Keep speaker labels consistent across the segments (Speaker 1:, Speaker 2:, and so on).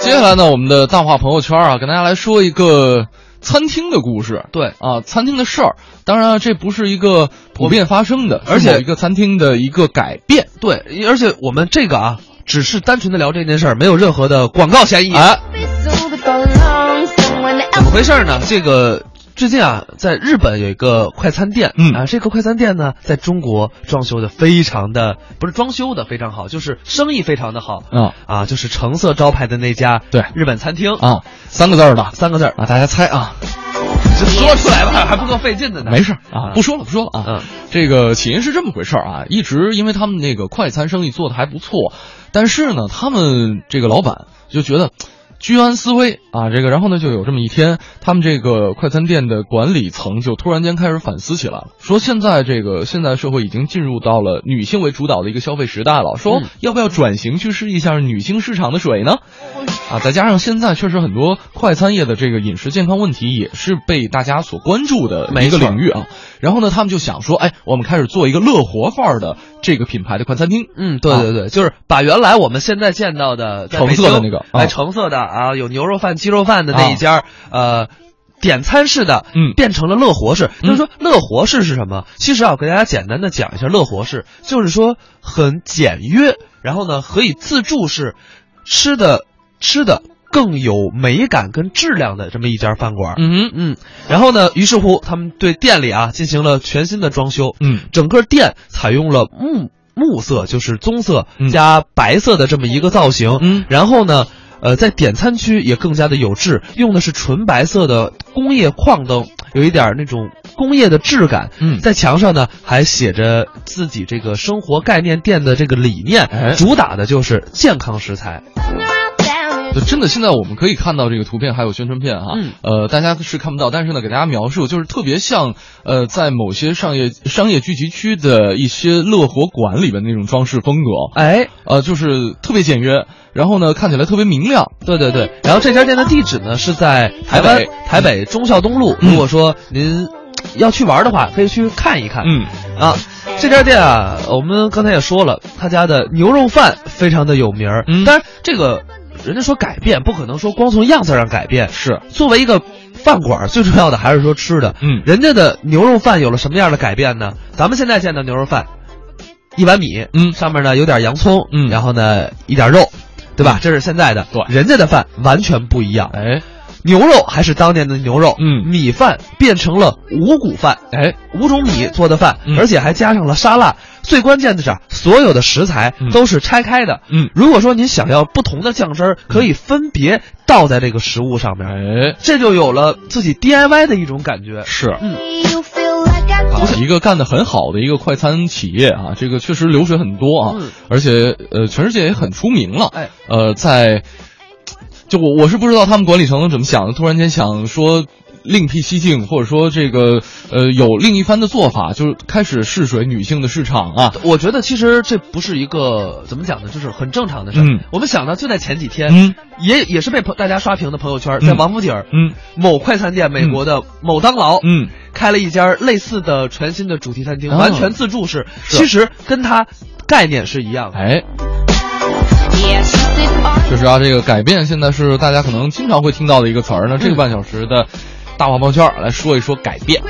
Speaker 1: 接下来呢，我们的大话朋友圈啊，跟大家来说一个餐厅的故事。
Speaker 2: 对
Speaker 1: 啊，餐厅的事儿，当然啊这不是一个普遍发生的，
Speaker 2: 而且
Speaker 1: 是某一个餐厅的一个改变。
Speaker 2: 对，而且我们这个啊，只是单纯的聊这件事儿，没有任何的广告嫌疑。
Speaker 1: 哎，
Speaker 2: 怎么回事呢？这个最近啊，在日本有一个快餐店，
Speaker 1: 嗯
Speaker 2: 啊，这个快餐店呢，在中国装修的非常的，不是装修的非常好，就是生意非常的好
Speaker 1: 啊
Speaker 2: 啊，就是橙色招牌的那家
Speaker 1: 对
Speaker 2: 日本餐厅，
Speaker 1: 啊，三个字儿的
Speaker 2: 三个字儿，
Speaker 1: 啊，大家猜啊，
Speaker 2: 就说出来吧，还不够费劲的呢。
Speaker 1: 没事儿啊，不说了，不说了啊。
Speaker 2: 嗯
Speaker 1: 这个起因是这么回事儿啊，一直因为他们那个快餐生意做的还不错，但是呢，他们这个老板就觉得。居安思危啊，这个，然后呢，就有这么一天，他们这个快餐店的管理层就突然间开始反思起来了，说现在这个现在社会已经进入到了女性为主导的一个消费时代了，说
Speaker 2: 嗯
Speaker 1: 要不要转型去试一下女性市场的水呢？啊，再加上现在确实很多快餐业的这个饮食健康问题也是被大家所关注的一
Speaker 2: 没
Speaker 1: 个
Speaker 2: 错
Speaker 1: 领域啊。然后呢，他们就想说，哎，我们开始做一个乐活范儿的这个品牌的快餐厅。
Speaker 2: 嗯，对对对，就是把原来我们现在见到的在
Speaker 1: 啊橙
Speaker 2: 北
Speaker 1: 色的
Speaker 2: 京
Speaker 1: 那个啊
Speaker 2: 哎，橙色的啊，有牛肉饭、鸡肉饭的那
Speaker 1: 啊
Speaker 2: 一家儿，呃。点餐式的，
Speaker 1: 嗯
Speaker 2: 变成了乐活式。就是说，乐活式是什么？其实啊，我给大家简单的讲一下乐活式，就是说很简约，然后呢，可以自助式，吃的吃的更有美感跟质量的这么一家饭馆。
Speaker 1: 嗯
Speaker 2: 嗯，然后呢，于是乎他们对店里啊进行了全新的装修，
Speaker 1: 嗯
Speaker 2: 整个店采用了木木色，就是棕色
Speaker 1: 嗯
Speaker 2: 加白色的这么一个造型，
Speaker 1: 嗯
Speaker 2: 然后呢。呃，在点餐区也更加的有质，用的是纯白色的工业矿灯，有一点儿那种工业的质感。
Speaker 1: 嗯
Speaker 2: 在墙上呢还写着自己这个生活概念店的这个理念，
Speaker 1: 哎
Speaker 2: 主打的就是健康食材。
Speaker 1: 就呃真的，现在我们可以看到这个图片，还有宣传片哈、
Speaker 2: 嗯
Speaker 1: 呃，大家是看不到，但是呢，给大家描述就是特别像，呃，在某些商业商业聚集区的一些乐活馆里边那种装饰风格，
Speaker 2: 哎，
Speaker 1: 呃，就是特别简约，然后呢，看起来特别明亮。
Speaker 2: 对对对，然后这家店的地址呢是在台湾
Speaker 1: 台北
Speaker 2: 台北忠孝东路。
Speaker 1: 嗯
Speaker 2: 如果说您要去玩的话，可以去看一看。
Speaker 1: 嗯
Speaker 2: 啊，这家店啊，我们刚才也说了，他家的牛肉饭非常的有名儿。
Speaker 1: 嗯
Speaker 2: 当然这个人家说改变，不可能说光从样子上改变。
Speaker 1: 是，
Speaker 2: 作为一个饭馆儿，最重要的还是说吃的。
Speaker 1: 嗯
Speaker 2: 人家的牛肉饭有了什么样的改变呢？咱们现在见到牛肉饭，一碗米，
Speaker 1: 嗯
Speaker 2: 上面呢有点洋葱，
Speaker 1: 嗯
Speaker 2: 然后呢一点肉，对吧？这是现在的，
Speaker 1: 对
Speaker 2: 人家的饭完全不一样，
Speaker 1: 哎
Speaker 2: 牛肉还是当年的牛肉，
Speaker 1: 嗯
Speaker 2: 米饭变成了五谷饭，
Speaker 1: 哎，
Speaker 2: 五种米做的饭，
Speaker 1: 嗯
Speaker 2: 而且还加上了沙拉。最关键的是啊，所有的食材
Speaker 1: 嗯
Speaker 2: 都是拆开的。
Speaker 1: 嗯
Speaker 2: 如果说您想要不同的酱汁儿，可以分别倒在这个食物上面，
Speaker 1: 哎，
Speaker 2: 这就有了自己 DIY 的一种感觉。
Speaker 1: 是。啊
Speaker 2: 不是
Speaker 1: 一个干得很好的一个快餐企业啊，这个确实流水很多啊，
Speaker 2: 嗯
Speaker 1: 而且呃，全世界也很出名了。
Speaker 2: 哎，
Speaker 1: 呃，在就我我是不知道他们管理层怎么想的，突然间想说另辟蹊径，或者说这个呃有另一番的做法，就是开始试水女性的市场啊。
Speaker 2: 我觉得其实这不是一个怎么讲呢，就是很正常的事儿。
Speaker 1: 嗯
Speaker 2: 我们想到就在前几天，
Speaker 1: 嗯
Speaker 2: 也也是被朋大家刷屏的朋友圈，在
Speaker 1: 嗯
Speaker 2: 王府井儿
Speaker 1: 嗯
Speaker 2: 某快餐店，美国的某当劳，
Speaker 1: 嗯，
Speaker 2: 开了一家类似的全新的主题餐厅，
Speaker 1: 哦
Speaker 2: 完全自助式，
Speaker 1: 是
Speaker 2: 其实跟它概念是一样的。
Speaker 1: 哎，就是啊，这个改变现在是大家可能经常会听到的一个词儿呢。这个半小时的大话朋友圈儿来说一说改变。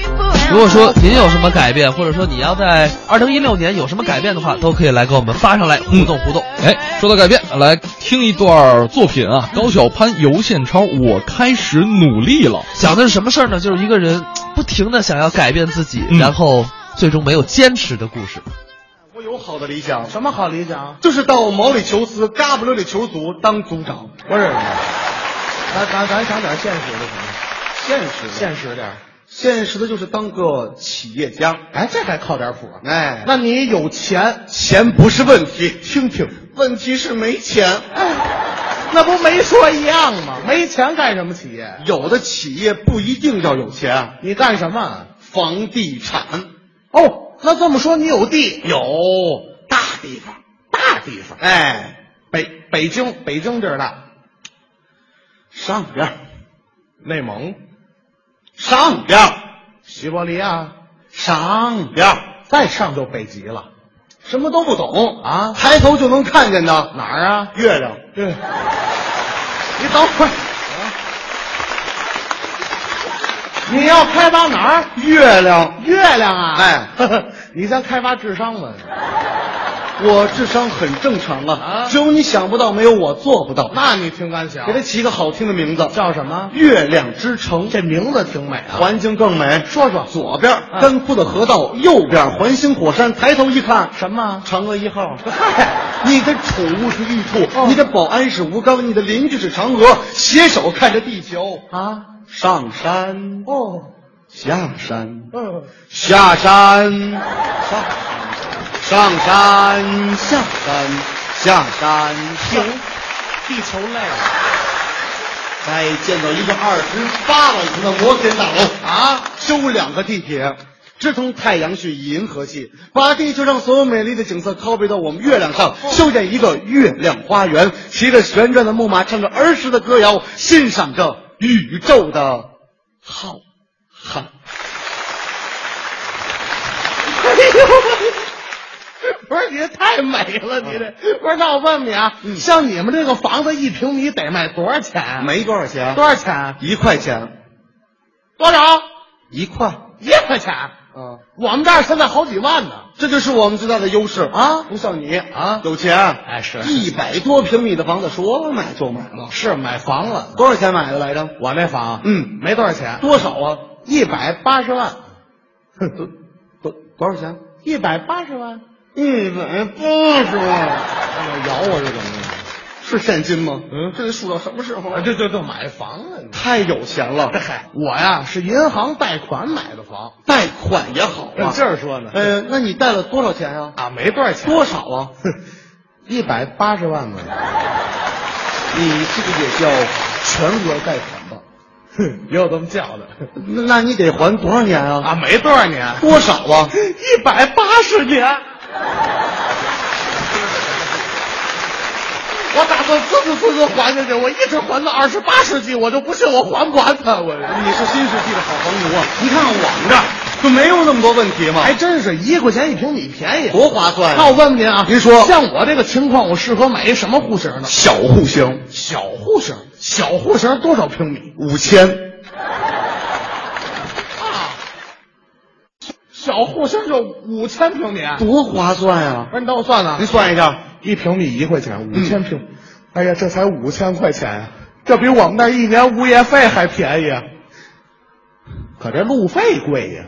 Speaker 2: 如果说您有什么改变，或者说你要在二零一六年有什么改变的话，都可以来给我们发上来互动互动。
Speaker 1: 哎，说到改变，来听一段作品啊，高晓攀、尤宪超，我开始努力了。
Speaker 2: 讲的是什么事儿呢？就是一个人不停的想要改变自己，
Speaker 1: 嗯
Speaker 2: 然后最终没有坚持的故事。
Speaker 3: 我有好的理想，
Speaker 4: 什么好理想？
Speaker 3: 就是到毛里求斯、嘎布溜里求族当族长。
Speaker 4: 不是，咱咱咱想点现实的行吗？
Speaker 3: 现实的，
Speaker 4: 现实点儿。
Speaker 3: 现实的就是当个企业家。
Speaker 4: 哎，这还靠点谱啊！
Speaker 3: 哎，
Speaker 4: 那你有钱，
Speaker 3: 钱不是问题，听听，问题是没钱。
Speaker 4: 那不没说一样吗？没钱干什么企业？
Speaker 3: 有的企业不一定要有钱，
Speaker 4: 你干什么？
Speaker 3: 房地产
Speaker 4: 哦，那这么说你有地？
Speaker 3: 有大地方，
Speaker 4: 大地方，
Speaker 3: 哎，
Speaker 4: 北北京，北京这儿大，
Speaker 3: 上边儿
Speaker 4: 内蒙、
Speaker 3: 上边儿
Speaker 4: 西伯利亚，
Speaker 3: 上边儿
Speaker 4: 再上就北极了。
Speaker 3: 什么都不懂
Speaker 4: 啊
Speaker 3: 抬头就能看见的
Speaker 4: 哪儿啊？
Speaker 3: 月亮。
Speaker 4: 对，你等会儿。你要开发哪儿？
Speaker 3: 月亮
Speaker 4: 月亮啊！
Speaker 3: 哎，
Speaker 4: 你先开发智商吧。
Speaker 3: 我智商很正常啊，
Speaker 4: 啊
Speaker 3: 只有你想不到，没有我做不到。
Speaker 4: 那你挺敢想
Speaker 3: 给。它起个好听的名字，
Speaker 4: 叫什么？
Speaker 3: 月亮之城。
Speaker 4: 这名字挺美啊。
Speaker 3: 环境更美。
Speaker 4: 说说
Speaker 3: 左边
Speaker 4: 嗯
Speaker 3: 干枯的河道，右边环形火山。抬头一看，
Speaker 4: 什么？
Speaker 3: 嫦娥一号。
Speaker 4: 嗨，
Speaker 3: 你的宠物是玉兔，
Speaker 4: 哦
Speaker 3: 你的保安是吴刚，你的邻居是嫦娥。携手看着地球，
Speaker 4: 啊，
Speaker 3: 上山
Speaker 4: 哦，
Speaker 3: 下山，
Speaker 4: 嗯，
Speaker 3: 下山上上山下山下山
Speaker 4: 停，地球累了
Speaker 3: 再见到一个二十八万层的摩天大楼，
Speaker 4: 啊。
Speaker 3: 修两个地铁，直通太阳系、银河系，把地球上所有美丽的景色 copy 到我们月亮上，修建一个月亮花园，骑着旋转的木马，唱着儿时的歌谣，欣赏着宇宙的浩瀚。
Speaker 4: 哎呦， 不是你这太美了，你这
Speaker 3: 嗯
Speaker 4: 不是？那我问你啊，像你们这个房子一平米得卖多少钱？啊
Speaker 3: 没多少钱，
Speaker 4: 多少钱？啊
Speaker 3: 一块钱，
Speaker 4: 多少？
Speaker 3: 一块。
Speaker 4: 一块钱。
Speaker 3: 啊，
Speaker 4: 我们这儿现在好几万呢。
Speaker 3: 这就是我们最大的优势
Speaker 4: 啊
Speaker 3: 不像你
Speaker 4: 啊
Speaker 3: 有钱，
Speaker 4: 哎是
Speaker 3: 一百多平米的房子，说买就买了。
Speaker 4: 是买房了，
Speaker 3: 多少钱买的来着？
Speaker 4: 我那房
Speaker 3: 嗯
Speaker 4: 没多少钱，
Speaker 3: 多少啊？
Speaker 4: 一百八十万，
Speaker 3: 多多多少钱？
Speaker 4: 一百八十万。
Speaker 3: 一百八十万，
Speaker 4: 哎咬我是怎么
Speaker 3: 是现金吗？
Speaker 4: 嗯哎
Speaker 3: 这得数到什么时候啊？
Speaker 4: 着？这这这买房了，
Speaker 3: 太有钱了，
Speaker 4: 嗨，我呀是银行贷款买的房。嗯
Speaker 3: 贷款也好啊。
Speaker 4: 这儿说呢，
Speaker 3: 呃，那你贷了多少钱呀、
Speaker 4: 啊没多少钱，
Speaker 3: 多少啊？
Speaker 4: 一百八十万吧。
Speaker 3: 你这个也叫全额贷款吧？
Speaker 4: 也有这么叫的
Speaker 3: 那那你得还多少年啊？
Speaker 4: 啊，没多少年，
Speaker 3: 多少啊？
Speaker 4: 一百八十年。 我打算次次次次还下去，我一直还到二十八世纪，我就不信我还不完它。我
Speaker 3: 你是新世纪的好房奴啊！你看看我们这儿就没有那么多问题嘛，
Speaker 4: 还真是一块钱一平米便宜。
Speaker 3: 多划算
Speaker 4: 那我
Speaker 3: 啊！
Speaker 4: 问问您啊，
Speaker 3: 您说
Speaker 4: 像我这个情况，我适合买一什么户型呢？
Speaker 3: 小户型
Speaker 4: 小户型，小户型多少平米？
Speaker 3: 五千，
Speaker 4: 啊小户型就五千平米。啊
Speaker 3: 多划算呀、
Speaker 4: 不是，你等我算算，
Speaker 3: 您算一下，嗯
Speaker 4: 一平米一块钱，五千平，哎呀，这才五千块钱，啊这比我们那一年物业费还便宜，啊可这路费贵呀。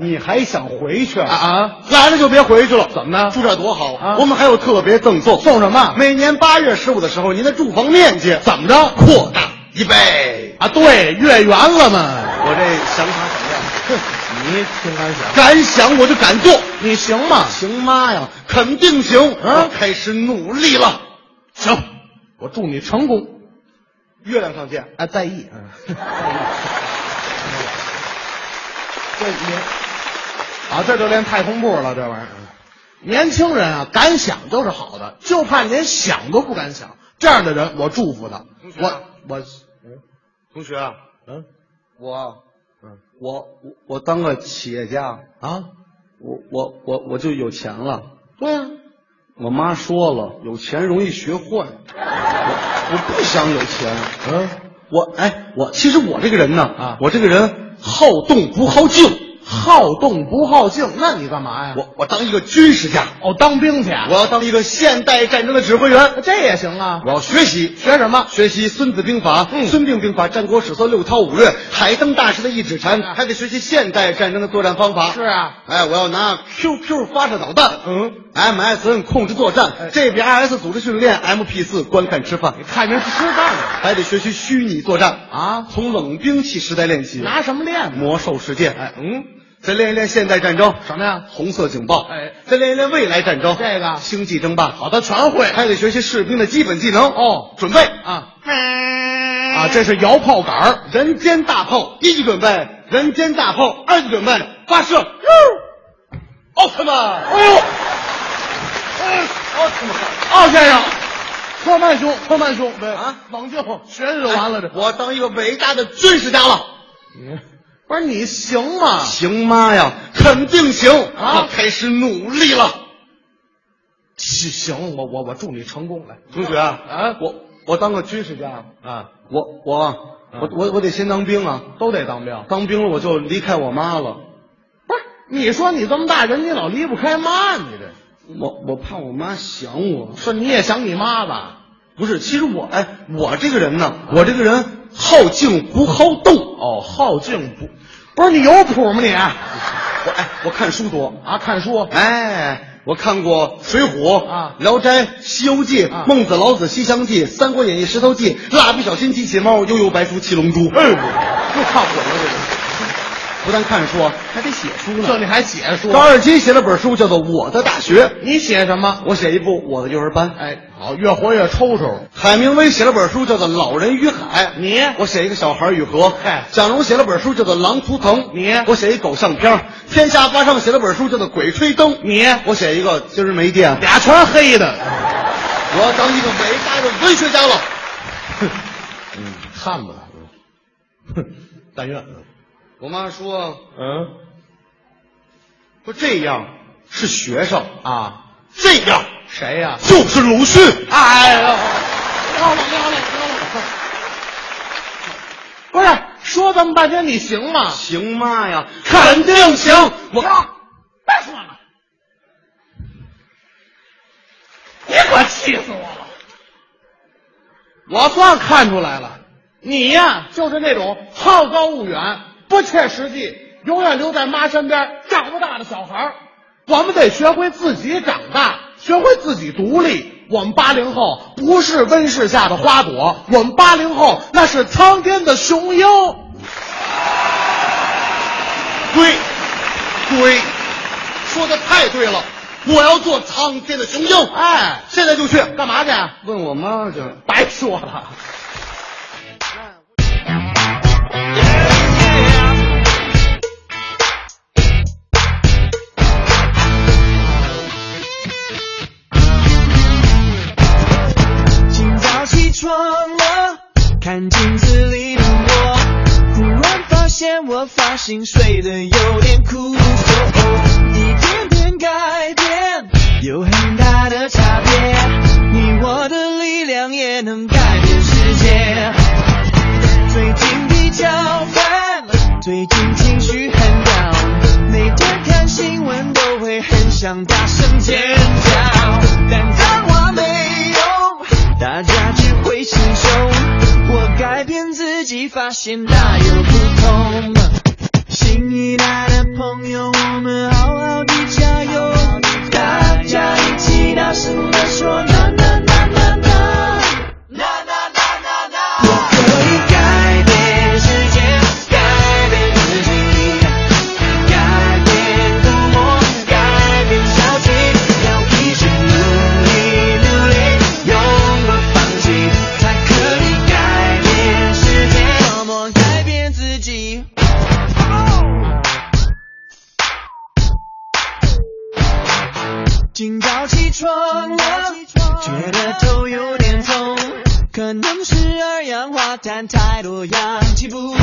Speaker 3: 你还想回去？
Speaker 4: 啊！
Speaker 3: 来了就别回去了，
Speaker 4: 怎么呢
Speaker 3: 住这儿多好
Speaker 4: 啊
Speaker 3: 我们还有特别赠送，
Speaker 4: 送什么
Speaker 3: 每年八月十五的时候，您的住房面积怎么着扩大一倍？
Speaker 4: 啊，对，月圆了嘛，
Speaker 3: 我这想法怎么样？
Speaker 4: 你挺敢想，
Speaker 3: 敢想我就敢做，
Speaker 4: 你行吗？
Speaker 3: 行妈呀，肯定行！
Speaker 4: 啊
Speaker 3: 我开始努力了，
Speaker 4: 行，我祝你成功。
Speaker 3: 月亮上见。
Speaker 4: 啊，在意，嗯， 在意。这你啊，这就练太空步了，这玩意儿。嗯年轻人啊，敢想就是好的，就怕您想都不敢想。这样的人，我祝福他。我我
Speaker 3: 啊嗯同学，啊
Speaker 4: 嗯
Speaker 3: 我，我我我当个企业家，
Speaker 4: 啊，
Speaker 3: 我我我我就有钱了。
Speaker 4: 对啊呀、
Speaker 3: 我妈说了，有钱容易学坏。我我不想有钱。
Speaker 4: 嗯，
Speaker 3: 我哎，我其实我这个人呢，
Speaker 4: 啊
Speaker 3: 我这个人好动不好静。
Speaker 4: 好动不好静，那你干嘛呀？
Speaker 3: 我我当一个军事家，
Speaker 4: 哦，当兵去啊，
Speaker 3: 我要当一个现代战争的指挥员。
Speaker 4: 这也行啊。
Speaker 3: 我要学习
Speaker 4: 学什么？
Speaker 3: 学习《孙子兵法》
Speaker 4: 嗯
Speaker 3: 孙膑兵法》《战国史册》《六韬五略》《海登大师的一指禅》，还得学习现代战争的作战方法。
Speaker 4: 啊是啊，
Speaker 3: 哎，我要拿 QQ 发射导弹，
Speaker 4: 嗯
Speaker 3: ，MSN 控制作战
Speaker 4: 哎
Speaker 3: ，JBRS 组织训练，MP 四观看吃饭，
Speaker 4: 看您吃饭呢
Speaker 3: 还得学习虚拟作战，
Speaker 4: 啊？
Speaker 3: 从冷兵器时代练习，
Speaker 4: 拿什么练呢？
Speaker 3: 魔兽世界，
Speaker 4: 哎，嗯，
Speaker 3: 再练一练现代战争，
Speaker 4: 什么呀？
Speaker 3: 红色警报，
Speaker 4: 哎，
Speaker 3: 再练一练未来战争，
Speaker 4: 这个
Speaker 3: 星际争霸，好
Speaker 4: 的全会
Speaker 3: 还得学习士兵的基本技能
Speaker 4: 哦
Speaker 3: 准备
Speaker 4: 啊
Speaker 3: 啊
Speaker 4: 啊，这是摇炮杆儿。
Speaker 3: 人间大炮一级准备，人间大炮二级准备，发射，奥特曼，哎
Speaker 4: 哎呦！奥
Speaker 3: 奥特曼。
Speaker 4: 啊先生，特慢兄，特慢兄，对
Speaker 3: 啊，
Speaker 4: 冷静，学学就完了这。
Speaker 3: 哎我当一个伟大的军事家了。
Speaker 4: 不是你行吗？
Speaker 3: 行妈呀，肯定行
Speaker 4: 啊
Speaker 3: 我开始努力了。
Speaker 4: 行，行，我我我祝你成功来。
Speaker 3: 同学啊
Speaker 4: 啊
Speaker 3: 我
Speaker 4: 我当个军事家，
Speaker 2: 啊，
Speaker 4: 我我啊我我我得先当兵啊，
Speaker 2: 都得当兵。
Speaker 4: 当兵了我就离开我妈了。不是，你说你这么大人，你老离不开妈，你这
Speaker 3: 我我怕我妈想我，
Speaker 4: 是你也想你妈吧？
Speaker 3: 不是，其实我哎，我这个人呢，我这个人好静不好动。
Speaker 4: 哦，好静不？不是你有谱吗你？
Speaker 3: 我哎，我看书多，
Speaker 4: 啊，看书，
Speaker 3: 哎，我看过《水浒》
Speaker 4: 啊
Speaker 3: 《聊斋》《西游记》
Speaker 4: 啊
Speaker 3: 孟子、老子、《西厢记》《三国演义》《石头记》《蜡笔小新》《机器猫》《悠悠白书》《七龙珠》。
Speaker 4: 哎呦，又看我了这
Speaker 3: 不但看书，啊还得写书
Speaker 4: 个，这你还写书？
Speaker 3: 高尔基写了本书，叫做《我的大学》，
Speaker 4: 你写什么？
Speaker 3: 我写一部《我的幼儿班》。
Speaker 4: 哎，好，越活越抽抽。
Speaker 3: 海明威写了本书，叫做《老人与海》。
Speaker 4: 哎你
Speaker 3: 我写一个小孩与河。
Speaker 4: 哎
Speaker 3: 蒋龙写了本书，叫做《狼图腾》。
Speaker 4: 你
Speaker 3: 我写一狗相片儿。天下八上写了本书，叫做《鬼吹灯》。
Speaker 4: 你
Speaker 3: 我写一个今儿没电，
Speaker 4: 俩全黑的，
Speaker 3: 我要当一个伟大的文学家了。嗯
Speaker 4: 看吧，哼但愿。
Speaker 3: 我妈说
Speaker 4: 嗯
Speaker 3: 说这样是学生，
Speaker 4: 啊，
Speaker 3: 这样
Speaker 4: 谁呀、
Speaker 3: 就是鲁迅。
Speaker 4: 哎呀，撩了撩了撩了！不是说这么半天你行吗？
Speaker 3: 行妈呀，肯定行。
Speaker 4: 别
Speaker 3: 我
Speaker 4: 说了，你可气死我了！我算看出来了，你呀、就是那种好高骛远、不切实际，永远留在妈身边长不大的小孩儿。我们得学会自己长大，学会自己独立。我们八零后不是温室下的花朵，我们八零后那是苍天的雄鹰。
Speaker 3: 对，对，说的太对了。我要做苍天的雄鹰。
Speaker 4: 哎，
Speaker 3: 现在就去。
Speaker 4: 干嘛去？啊
Speaker 3: 问我妈去。
Speaker 4: 白说了。
Speaker 5: 今早起床了，看镜子里的我，突然发现我发型睡得有点酷，哦哦一点点改变，有很大的差别，你我的力量也能改变世界。最近比较烦，最近情绪很 down，每天看新闻都会很想大声尖叫，但脏话没用，大家只会心胸。我改变自己，发现大有不同。新一代的朋友，我们好好的加油，大家一起大声的说呐呐呐呐呐。啦啦啦啦啦！我可以改变世界，改变自己，改变冷漠，改变消极，要一直努力努力，永不放弃，才可以改变世界。怎么改变自己？今早起床了，觉得头有点痛，可能是二氧化碳太多，氧气不够，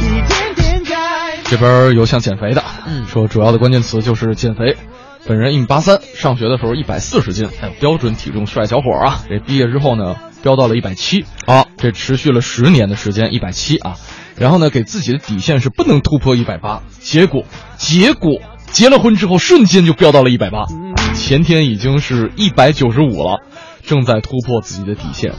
Speaker 5: 一点点改
Speaker 1: 这边有想减肥的，
Speaker 2: 嗯
Speaker 1: 说主要的关键词就是减肥。本人一米八三，上学的时候一百四十斤，哎标准体重帅小伙儿啊。这毕业之后呢，飙到了一百七啊，这持续了十年的时间，一百七啊。然后呢，给自己的底线是不能突破一百八，结果结果结了婚之后，瞬间就飙到了一百八，前天已经是一百九十五了，正在突破自己的底线。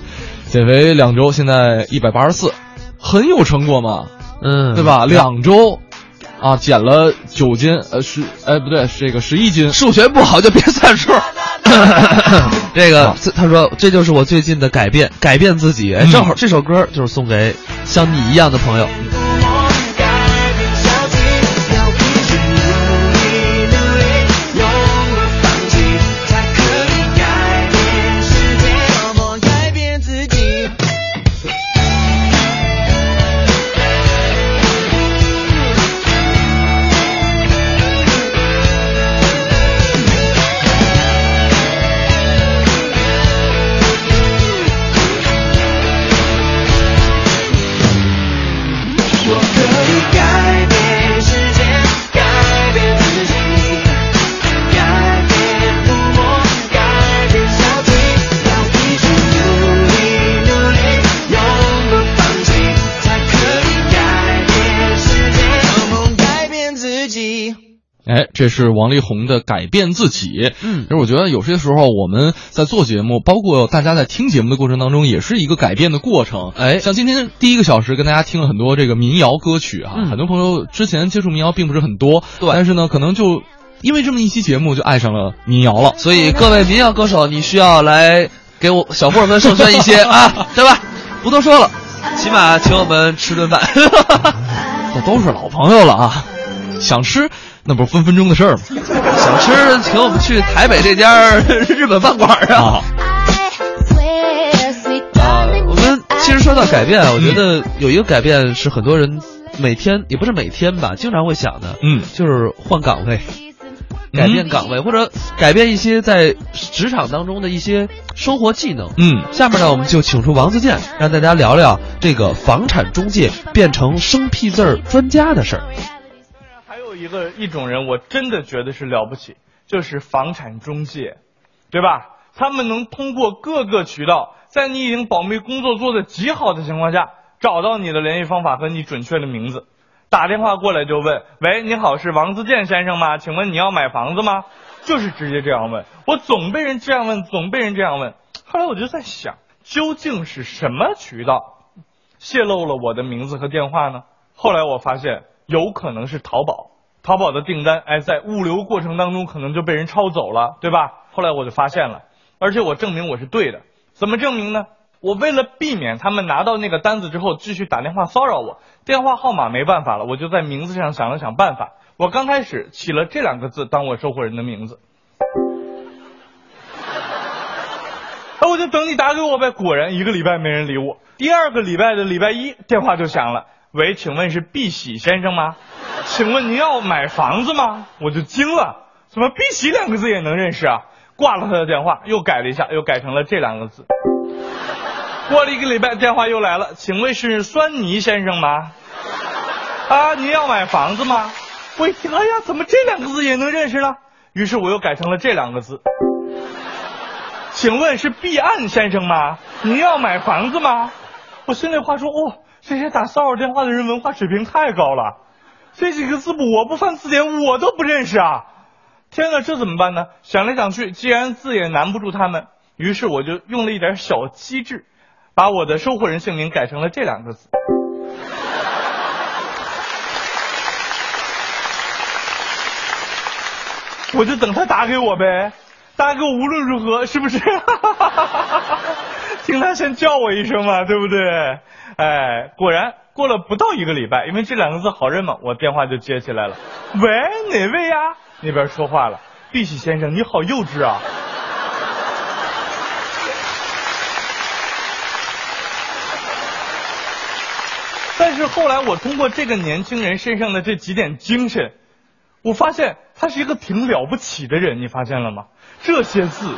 Speaker 1: 减肥两周，现在一百八十四，很有成果嘛。
Speaker 2: 嗯
Speaker 1: 对？吧？两周，啊，减了九斤，呃，十，哎，不对，是这个十一斤。
Speaker 2: 数学不好就别 算数。 这个
Speaker 1: 好
Speaker 2: 这他说这就是我最近的改变，改变自己。哎，
Speaker 1: 嗯
Speaker 2: 正好这首歌就是送给像你一样的朋友。
Speaker 5: 变冷漠，改变消极，要一直努力努力，永不放弃，才可以改变世界。怎么改变自己？我可
Speaker 1: 哎，这是王力宏的《改变自己》。
Speaker 2: 嗯
Speaker 1: 其实我觉得有些时候我们在做节目，包括大家在听节目的过程当中，也是一个改变的过程。
Speaker 2: 哎
Speaker 1: 像今天第一个小时跟大家听了很多这个民谣歌曲啊，
Speaker 2: 嗯
Speaker 1: 很多朋友之前接触民谣并不是很多，
Speaker 2: 对
Speaker 1: 但是呢，可能就因为这么一期节目就爱上了民谣了。
Speaker 2: 所以各位民谣歌手，你需要来给我小伙伴们盛宣一些啊，对吧？不多说了，起码请我们吃顿饭。
Speaker 1: 这都是老朋友了啊，想吃那不是分分钟的事儿吗？
Speaker 2: 想吃，请我们去台北这家儿 日本饭馆儿啊。
Speaker 1: 啊，
Speaker 2: 啊，我们其实说到改变啊，我觉得有一个改变是很多人每天也不是每天吧，经常会想的，
Speaker 1: 嗯
Speaker 2: 就是换岗位，改变岗位、或者改变一些在职场当中的一些生活技能。
Speaker 1: 嗯，
Speaker 2: 下面呢，我们就请出王自健，让大家聊聊这个房产中介变成生僻字儿专家的事儿。
Speaker 6: 还有一个一种人，我真的觉得是了不起，就是房产中介，对吧？他们能通过各个渠道，在你已经保密工作做得极好的情况下，找到你的联系方法和你准确的名字，打电话过来就问：“喂，你好，是王自健先生吗？请问你要买房子吗？”就是直接这样问，我总被人这样问，总被人这样问。后来我就在想，究竟是什么渠道泄露了我的名字和电话呢？后来我发现有可能是淘宝，淘宝的订单，哎，在物流过程当中可能就被人抄走了，对吧？后来我就发现了，而且我证明我是对的。怎么证明呢？我为了避免他们拿到那个单子之后继续打电话骚扰我，电话号码没办法了，我就在名字上想了想办法。我刚开始起了这两个字当我收货人的名字，那我就等你打给我呗。果然一个礼拜没人理我。第二个礼拜的礼拜一，电话就响了。喂，请问是碧玺先生吗？请问您要买房子吗？我就惊了，怎么碧玺两个字也能认识啊？挂了他的电话，又改了一下，又改成了这两个字。过了一个礼拜，电话又来了，请问是酸泥先生吗？啊，您要买房子吗？我一听，哎呀，怎么这两个字也能认识呢？于是我又改成了这两个字。请问是毕岸先生吗？您要买房子吗？我心里话说，哦，这些打骚扰电话的人文化水平太高了，这几个字母我不翻字典我都不认识啊！天哪，这怎么办呢？想来想去，既然字也难不住他们，于是我就用了一点小机智，把我的收货人姓名改成了这两个字。我就等他打给我呗，打给我无论如何是不 是？听他先叫我一声嘛，对不对？哎，果然过了不到一个礼拜，因为这两个字好认嘛，我电话就接起来了。喂，哪位呀？那边说话了，碧玺先生，你好幼稚啊！但是后来我通过这个年轻人身上的这几点精神，我发现他是一个挺了不起的人，你发现了吗？这些字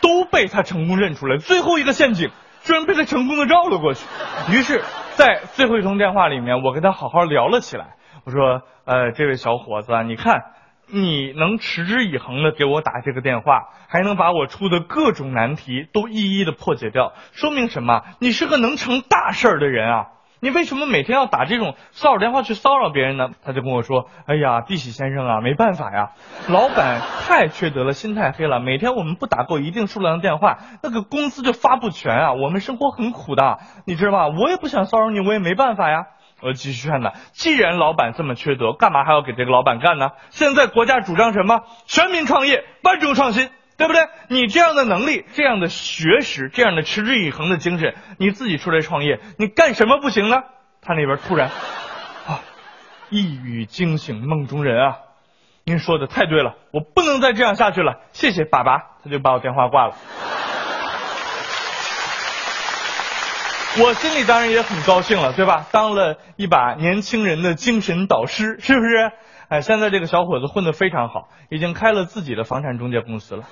Speaker 6: 都被他成功认出来，最后一个陷阱居然被他成功的绕了过去。于是，在最后一通电话里面，我跟他好好聊了起来。我说：“呃，这位小伙子啊，你看，你能持之以恒的给我打这个电话，还能把我出的各种难题都一一的破解掉，说明什么？你是个能成大事儿的人啊！”你为什么每天要打这种骚扰电话去骚扰别人呢？他就跟我说：“哎呀，碧玺先生啊，没办法呀，老板太缺德了，心太黑了。每天我们不打够一定数量的电话，那个工资就发不全啊。我们生活很苦的，你知道吗？我也不想骚扰你，我也没办法呀。”我继续劝他：“既然老板这么缺德，干嘛还要给这个老板干呢？现在国家主张什么？全民创业，万众创新。”对不对？你这样的能力、这样的学识、这样的持之以恒的精神，你自己出来创业，你干什么不行呢？他那边突然，啊，一语惊醒梦中人啊！您说的太对了，我不能再这样下去了，谢谢爸爸。他就把我电话挂了。我心里当然也很高兴了，对吧？当了一把年轻人的精神导师，是不是？哎，现在这个小伙子混得非常好，已经开了自己的房产中介公司了。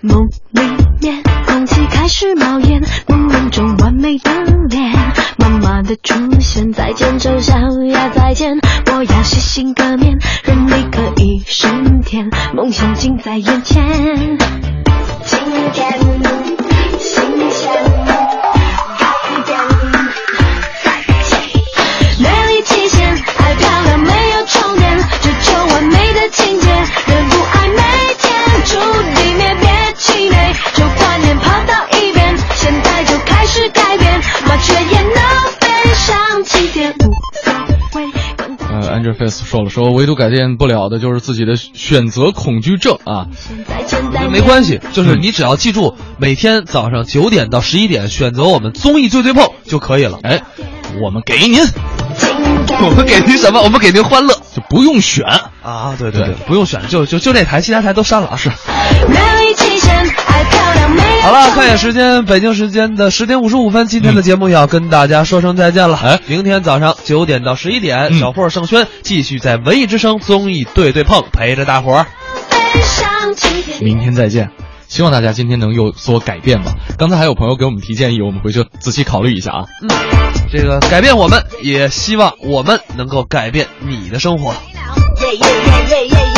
Speaker 7: 梦里面，空气开始冒烟，朦胧中完美的脸，妈妈的出现。
Speaker 5: 梦想近在眼前。今天新鲜，改变，美丽极限，爱漂亮没有终点，追求完美的境界，人不爱每天注定灭，别气馁，旧观念抛到一边，现在就开始改变，麻雀也能飞上起点，无所谓。管他
Speaker 1: 呃，Angel Face 说了，说唯独改变不了的就是自己的选择恐惧症啊。
Speaker 5: 现在简
Speaker 2: 我觉
Speaker 5: 单
Speaker 2: 得没关系，就是
Speaker 1: 嗯
Speaker 2: 你只要记住每天早上九点到十一点选择我们综艺对对碰就可以了。
Speaker 1: 哎，我们给您，
Speaker 2: 我们给您什么？我们给您欢乐
Speaker 1: 就不用选。
Speaker 2: 啊！对对对，不用选，就就就这台，其他台都删了啊。是。
Speaker 5: 美丽极限，爱漂亮没有
Speaker 2: 好了，看一眼时间，北京时间的十点五十五分，今天的节目要跟大家说声再见了。哎，明天早上九点到十一点，
Speaker 1: 嗯
Speaker 2: 小霍盛轩继续在文艺之声综艺对对碰陪着大伙儿。
Speaker 5: 飞上起点。
Speaker 1: 明天再见。希望大家今天能有所改变吧。刚才还有朋友给我们提建议，我们回去仔细考虑一下啊。
Speaker 2: 嗯，这个改变我们，也希望我们能够改变你的生活。
Speaker 5: Yeah, yeah, yeah, yeah, yeah,